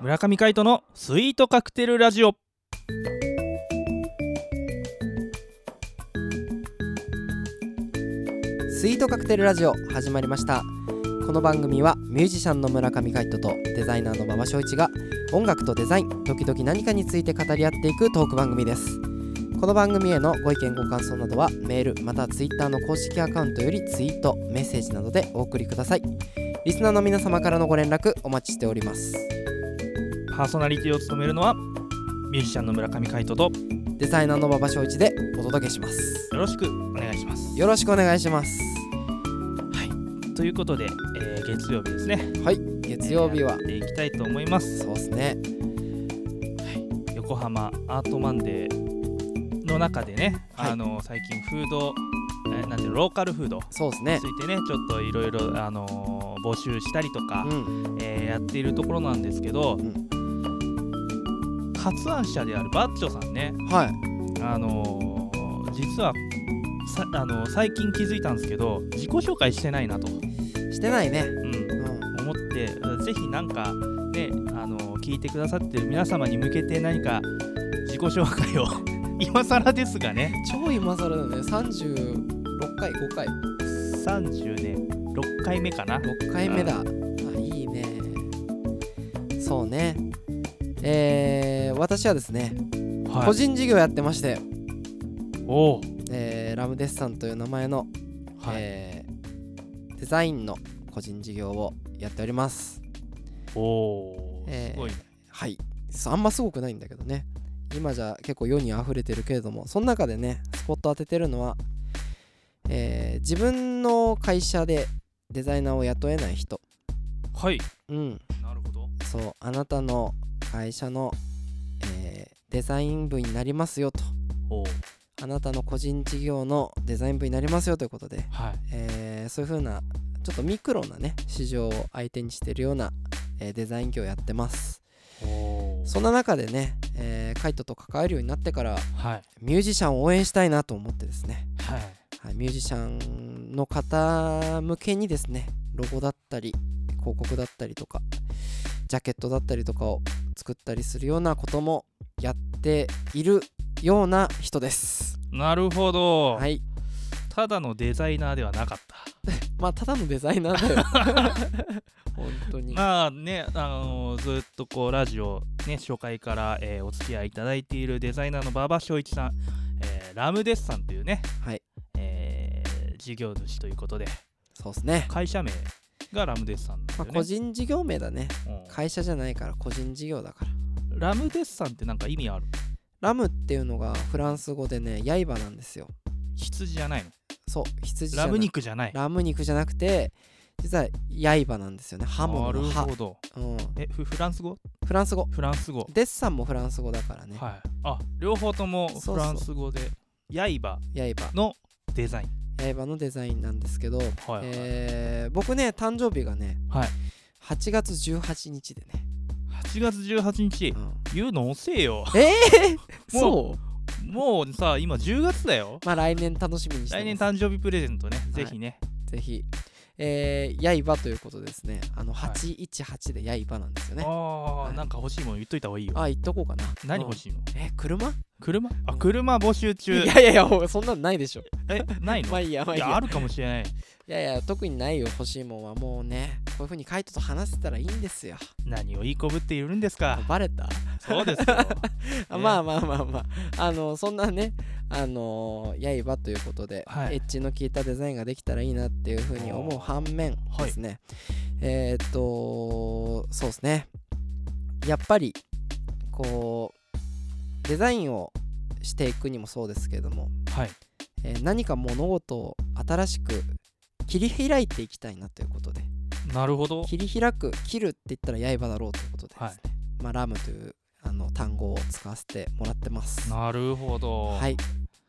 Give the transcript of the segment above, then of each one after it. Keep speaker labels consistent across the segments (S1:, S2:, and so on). S1: 村上海人のスイートカクテルラジオ
S2: スイートカクテルラジオ始まりましたこの番組はミュージシャンの村上海人とデザイナーの馬場翔一が音楽とデザイン時々何かについて語り合っていくトーク番組ですこの番組へのご意見ご感想などはメールまたはツイッターの公式アカウントよりツイートメッセージなどでお送りくださいリスナーの皆様からのご連絡お待ちしております
S1: パーソナリティを務めるのはミュージシャンの村上海人と
S2: デザイナーの馬場翔一でお届けします
S1: よろしくお願いします
S2: よろしくお願いします
S1: ということで、えー月曜日ですね
S2: はい月曜日は
S1: えーやっていきたいと思います
S2: そうですね
S1: 横浜アートマンデーの中でね、
S2: はい
S1: あの最近フード、えーなんていうのローカルフードに
S2: そうです
S1: つ
S2: ね
S1: いてねちょっといろいろあのー募集したりとか
S2: う、ん
S1: えーやっているところなんですけど、発案者であるバッチョさんね
S2: はい
S1: あのー実はさあのー最近気づいたんですけど自己紹介してないなと、う
S2: してないね
S1: ん、
S2: うん
S1: 思ってぜひなんかねあのー聞いてくださってる皆様に向けて何か自己紹介を 今更ですがね
S2: 超今更だよね36回5回
S1: 30年6回目かな
S2: 6回目だ、あいいねそうねえー、私はですね、
S1: はい
S2: 個人事業やってまして、
S1: おお
S2: えーラムデッサンという名前の、
S1: はい、
S2: えーデザインの個人事業をやっております
S1: おお
S2: えー
S1: すごい、
S2: はいそうあんますごくないんだけどね今じゃ結構世に溢れてるけれどもその中でねスポット当ててるのは、えー自分の会社でデザイナーを雇えない人
S1: はい
S2: うん
S1: なるほど
S2: そうあなたの会社の、えーデザイン部になりますよと
S1: おお
S2: あなたの個人事業のデザイン部になりますよということで、
S1: はい
S2: えーそういう風なちょっとミクロなね市場を相手にしてるような、えーデザイン業をやってます
S1: おお
S2: そんな中でね、えーカイトと関わるようになってから
S1: はい
S2: ミュージシャンを応援したいなと思ってですね、
S1: はい
S2: はい、ミュージシャンの方向けにですねロゴだったり広告だったりとかジャケットだったりとかを作ったりするようなこともやっているような人です。
S1: なるほど、
S2: はい、
S1: ただのデザイナーではなかった
S2: まあただのデザイナーだよ。 本当に。
S1: まあね、あのーずっとこうラジオ、ね、初回から、えーお付き合いいただいているデザイナーの馬場翔一さん、えーラムデッサンというね、
S2: はい、
S1: えー事業主ということで
S2: そうですね。
S1: 会社名がラムデッサンなんだ
S2: ま
S1: よ
S2: あ
S1: ね、
S2: 個人事業名だね。
S1: うん
S2: 会社じゃないから個人事業だから。
S1: ラムデッサンってなんか意味ある
S2: ラムっていうのがフランス語でね刃なんですよ。
S1: 羊じゃないの
S2: そう羊じゃな
S1: ラ
S2: い
S1: ム肉じゃない
S2: ラム肉じゃなくて実は刃なんですよね刃
S1: な
S2: 物
S1: る
S2: の刃
S1: ほ、ど
S2: うん、
S1: えフフランス語
S2: フランス語
S1: フランス語、
S2: デッサンもフランス語だからね、
S1: はいあ両方とも
S2: そうそう
S1: フランス語で刃
S2: 刃
S1: のデザイン
S2: 刃のデザインなんですけど、
S1: はい、はい
S2: えー僕ね誕生日がね
S1: はい
S2: 8月18日でね、
S1: 8月18日
S2: うん、
S1: 言うの遅えよ
S2: そ
S1: もうさ今10月だよ
S2: うまあ来年楽しみにして
S1: 来年
S2: ます
S1: 誕生日プレゼントね、ぜひね
S2: ぜひえー、刃ということですねあの
S1: はい
S2: 818で刃なんですよね、
S1: あ
S2: は
S1: あ
S2: い
S1: なんか欲しいもの言っといた方がいいよ
S2: あ言っとこうかな
S1: 何欲
S2: い、
S1: しいの
S2: うんえ車
S1: 車あ
S2: うん
S1: 車募集
S2: い
S1: 中
S2: やいやいやそんなのないでしょ
S1: えないの
S2: まあいいやまあ
S1: い
S2: いいや
S1: やあるかもしれない
S2: いやいや、特にないよ、欲しいもんはもうね、こういう風にカイトと話せたらいいんですよ。
S1: 何をいいこぶっているんですか
S2: バレた、
S1: そうです よ
S2: あまあまあまあまあ、あの、そんなね、あのー、刃ということで、
S1: はい
S2: エッジの効いたデザインができたらいいなっていう風に思う
S1: おー
S2: 反面
S1: はい
S2: ですね、えーっと、そうですね、やっぱり、こう、デザインをしていくにもそうですけども、
S1: はい
S2: えー何か物事を新しく切り開いていきたいなということで。
S1: なるほど
S2: 切り開く切るって言ったら刃だろうということでですね、まあ、ラムというあの単語を使わせてもらってます
S1: なるほど、
S2: はい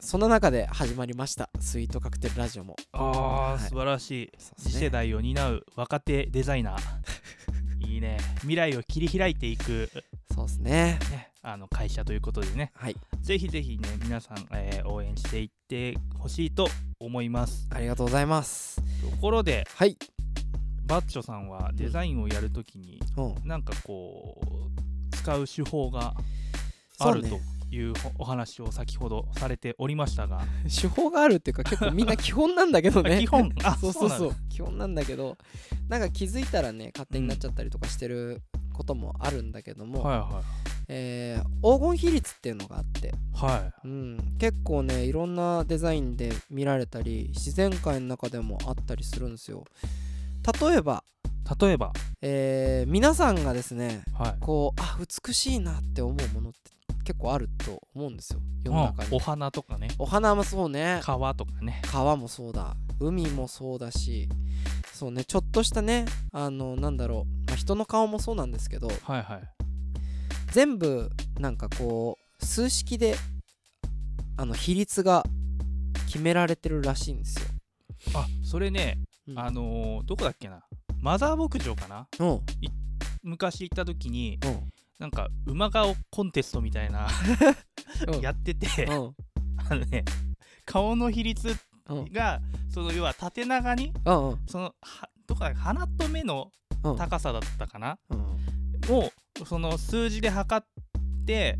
S2: そんな中で始まりましたスイートカクテルラジオも
S1: あ
S2: はい
S1: ー素晴らしい、
S2: そうで
S1: 次世
S2: すね
S1: 代を担う若手デザイナー いいね未来を切り開いていく、
S2: そうですね
S1: ね、あの会社ということでね
S2: はい
S1: ぜひぜひね皆さん、えー応援していってほしいと思います
S2: ありがとうございます
S1: ところで
S2: はい、
S1: バッチョさんはデザインをやるときに
S2: うん、
S1: なんかこう使う手法があ
S2: そう
S1: る
S2: ね
S1: というお話を先ほどされておりました が、
S2: 手法があるっていうか結構みんな基本なんだけど ね
S1: 基 本あ
S2: そうそう
S1: そう
S2: そ
S1: な
S2: う基本なんだけどなんか気づいたらね勝手になっちゃったりとかしてることもあるんだけども、
S1: はいは
S2: えー黄金比率っていうのがあって、
S1: いは
S2: うん、結構ねいろんなデザインで見られたり自然界の中でもあったりするんですよ例えば、
S1: い例えば
S2: えー皆さんがですね
S1: はい
S2: こうあ美しいなって思うものって結構あると思うんですよ世の中に、
S1: うんお花とかね
S2: お花もそうね
S1: 川とかね
S2: 川もそうだ海もそうだしそうねちょっとしたねあのなんだろう、まあ、人の顔もそうなんですけど
S1: はいはい
S2: 全部なんかこう数式であの比率が決められてるらしいんですよ。
S1: あそれね、
S2: うん、
S1: あのーどこだっけなマザー牧場かな
S2: うん
S1: 昔行った時に
S2: うん
S1: なんか馬顔コンテストみたいな
S2: うん
S1: やってて、
S2: うん
S1: あのね顔の比率
S2: うん
S1: がその要は縦長に
S2: うんうん
S1: そのはどこか鼻と目の
S2: うん
S1: 高さだったかな、
S2: うん
S1: をその数字で測って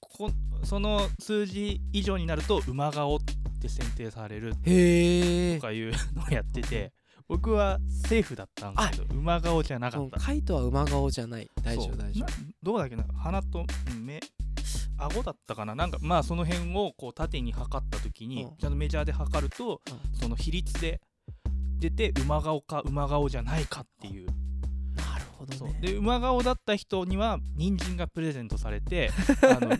S1: こその数字以上になると馬顔って選定される
S2: へえ
S1: と。かいうのをやってて僕はセーフだったんだけど馬顔じゃなか
S2: う
S1: っ
S2: ん
S1: た、
S2: カイトは馬顔じゃない大丈
S1: そう
S2: 夫大丈
S1: などうだっけな鼻と目顎だったかななんかまあその辺をこう縦に測った時に、
S2: うん
S1: ちゃんとメジャーで測ると、
S2: う
S1: その比率で出て馬顔か馬顔じゃないかっていう
S2: 夫なるほど
S1: そう
S2: ね
S1: で馬顔だった人には人参がプレゼントされ てあの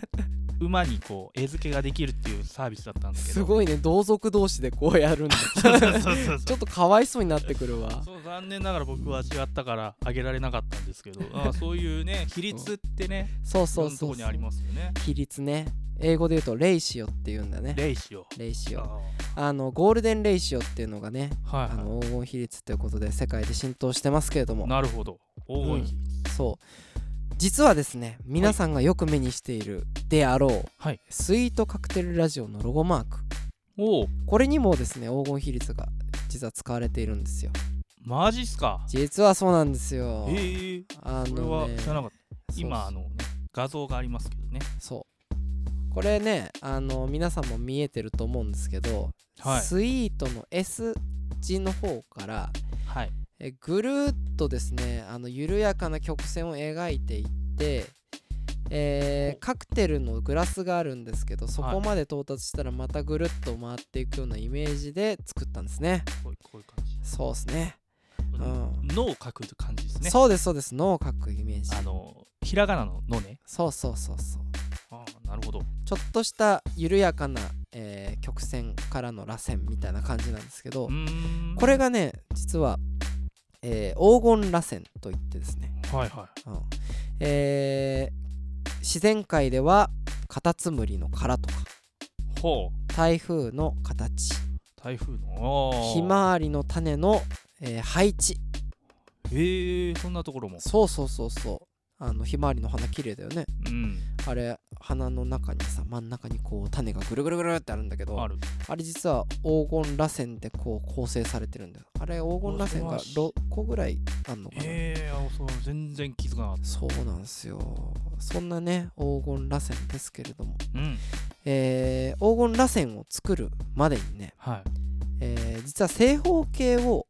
S1: 馬にこう餌付けができるっていうサービスだったんですけ
S2: す
S1: ど
S2: ごいね同族同士でこうやるんだ
S1: そうそうそうそう
S2: ちょっとかわいそうになってくるわ
S1: そう残念ながら僕は違ったからあげられなかったんですけどああそういうね比率ってね
S2: そう
S1: そ
S2: そうう
S1: いうと
S2: そう
S1: こに
S2: そ
S1: あ
S2: う
S1: りますよね
S2: 比率ね英語で言うとレイシオっていうんだね
S1: レイシオ
S2: レイシオ
S1: あ
S2: あのゴールデンレイシオっていうのがね
S1: あはい
S2: あ
S1: は
S2: の黄金比率ということで世界で浸透してますけれど
S1: い
S2: も
S1: なるほど黄金比率
S2: そう実はですね皆さんがよく目にしているであろう、
S1: はい
S2: スイートカクテルラジオのロゴマーク
S1: おお
S2: これにもですね黄金比率が実は使われているんですよ
S1: マジっすか
S2: 実はそうなんですよ
S1: ええ
S2: あ
S1: これは知らなかった
S2: そう
S1: 今あのね画像がありますけどね
S2: そうこれねあの皆さんも見えてると思うんですけど、
S1: はい
S2: スイートの S 字の方から
S1: はい
S2: えぐるーっとですねあの緩やかな曲線を描いていって、えーカクテルのグラスがあるんですけどそこまで到達したらまたぐるっと回っていくようなイメージで作ったんですね
S1: こういうこういう感じ
S2: そうですねうん
S1: のを書く感じですね。
S2: そうですそうです脳を描くイメージ
S1: あのひらがなののね。
S2: そうそうそうそう
S1: ああなるほど。
S2: ちょっとした緩やかな、えー曲線からの螺旋みたいな感じなんですけど
S1: うーん
S2: これがね実は、えー黄金螺旋といってですね
S1: はいは
S2: うんえー自然界ではカタツムリの殻とか
S1: い。ほう
S2: 台風の形
S1: 台風の。ああ
S2: ひまわりの種の、えー配置
S1: へえそんなところも。
S2: そうそうそうそうあのひまわりの花綺麗だよね
S1: うん。
S2: あれ花の中にさ真ん中にこう種がぐるぐるぐるってあるんだけど
S1: あ
S2: あ
S1: る。
S2: れ実は黄金螺旋でこう構成されてるんだよあれ黄金螺旋が6個ぐらいあんのかな
S1: ええあそう全然気づかなかっ
S2: そうなんですよそんなね黄金螺旋ですけれども
S1: た。うん。
S2: えー黄金螺旋を作るまでにね、
S1: はい。
S2: えー実は正方形を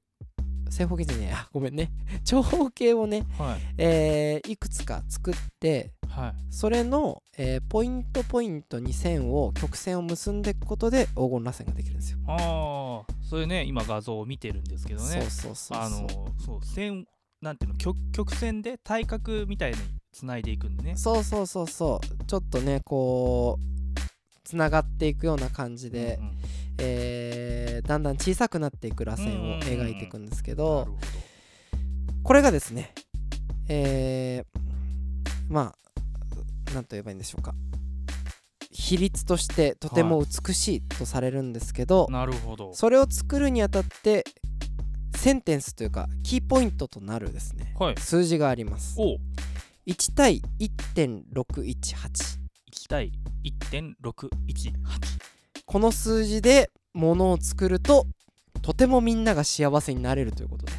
S2: 正方形じゃねえあごめんね 長方形をね、
S1: はい。
S2: えーいくつか作って
S1: はい。
S2: それの、えーポイントポイントに線を曲線を結んでいくことで黄金螺旋ができるんですよ。
S1: ああそれね今画像を見てるんですけど
S2: そう
S1: ね。
S2: そうそうそう
S1: あのそう線なんていうの曲曲線で対角みたいにつないでいくんでね。
S2: そうそうそうそうちょっとねこうつながっていくような感じで、
S1: うんうん
S2: えーだんだん小さくなっていく螺旋を描いていくんですけど。
S1: なるほど。
S2: これがですね、えー、まあ、なんと言えばいいんでしょうか。比率としてとても美しいとされるんですけど、
S1: なるほど。
S2: それを作るにあたって、センテンスというか、キーポイントとなるですね、
S1: はい。
S2: 数字があります。
S1: おう
S2: 1対1.618。
S1: 1対1.618
S2: この数字で、ものを作るととてもみんなが幸せになれるということで、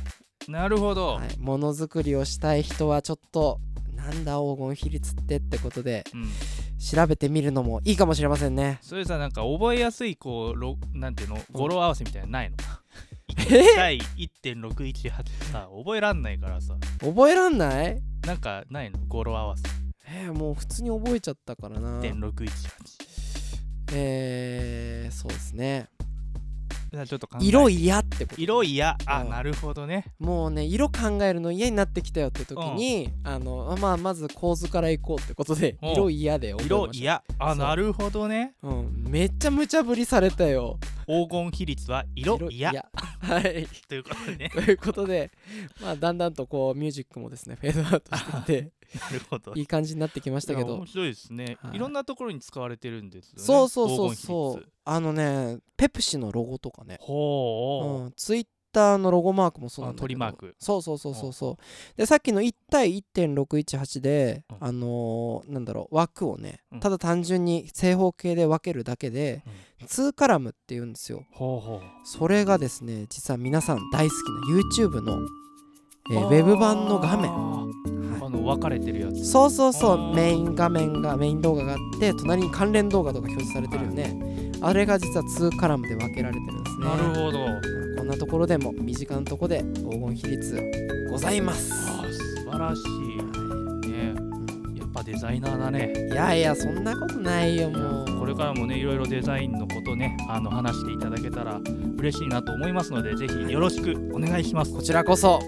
S1: なるほど、
S2: はい、ものづくりをしたい人はちょっとなんだ黄金比率ってってことで
S1: うん、
S2: 調べてみるのもいいかもしれませんね。
S1: それさなんか覚えやすいこうろなんていうの語呂合わせみたいなのないの
S2: え
S1: 第1.618さ覚えらんないからさ
S2: 覚えらんない
S1: なんかないの語呂合わせ
S2: えー、もう普通に覚えちゃったからな。
S1: 1.618
S2: えー、そうですね。
S1: じゃあちょっと考え
S2: 色嫌ってこと
S1: 色いやあ
S2: うん
S1: なるほどね
S2: もうね色考えるの嫌になってきたよって時に、あのまあまず構図からいこうってことで
S1: うん
S2: 色嫌で覚えま
S1: 色
S2: した
S1: いやあ
S2: そう
S1: なるほどね
S2: うん、めっちゃ無茶ぶりされたよ
S1: 黄金比率は色いや
S2: はい
S1: ということでね
S2: ということでまあだんだんとこうミュージックもですねフェードアウトしてって
S1: なるほど
S2: いい感じになってきましたけ
S1: いや
S2: ど
S1: 面白いですね、
S2: はい
S1: い、ろんなところに使われてるんですよね
S2: そうそうそう
S1: 黄金比
S2: そう
S1: 率
S2: あのねペプシのロゴとかね
S1: ほう、
S2: うん、ツイッターのロゴマークもそうなんだけど
S1: あ鳥マーク
S2: そうそうそうそうそうでさっきの1対1.618で、
S1: うん
S2: あのーなんだろう枠をね、
S1: うん
S2: ただ単純に正方形で分けるだけで、2カラムっていうんですよ
S1: ほうほう
S2: それがですね実は皆さん大好きな YouTube の、えー
S1: あ
S2: ウェブ版の画面、は
S1: あの分かれてるや
S2: い
S1: つ
S2: そうそうそ
S1: あー
S2: うメイン画面がメイン動画があって隣に関連動画とか表示されてるよね、あれが実は2カラムで分けられてるんですね
S1: なるほど
S2: こんなところでも身近なとこで黄金比率ございます。
S1: あ素晴らし
S2: はい
S1: ねやっぱデザイナーだね
S2: いいやいやそんなことないよもう。
S1: これからもねいろいろデザインのことねあの話していただけたら嬉しいなと思いますのでぜひよろしくお願いします
S2: こちらこそ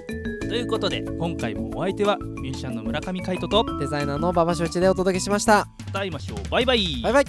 S1: ということで今回もお相手はミュージシャンの村上海人と
S2: デザイナーの馬場翔一でお届けしました。
S1: また会いましょうバイバイ
S2: バイバイ。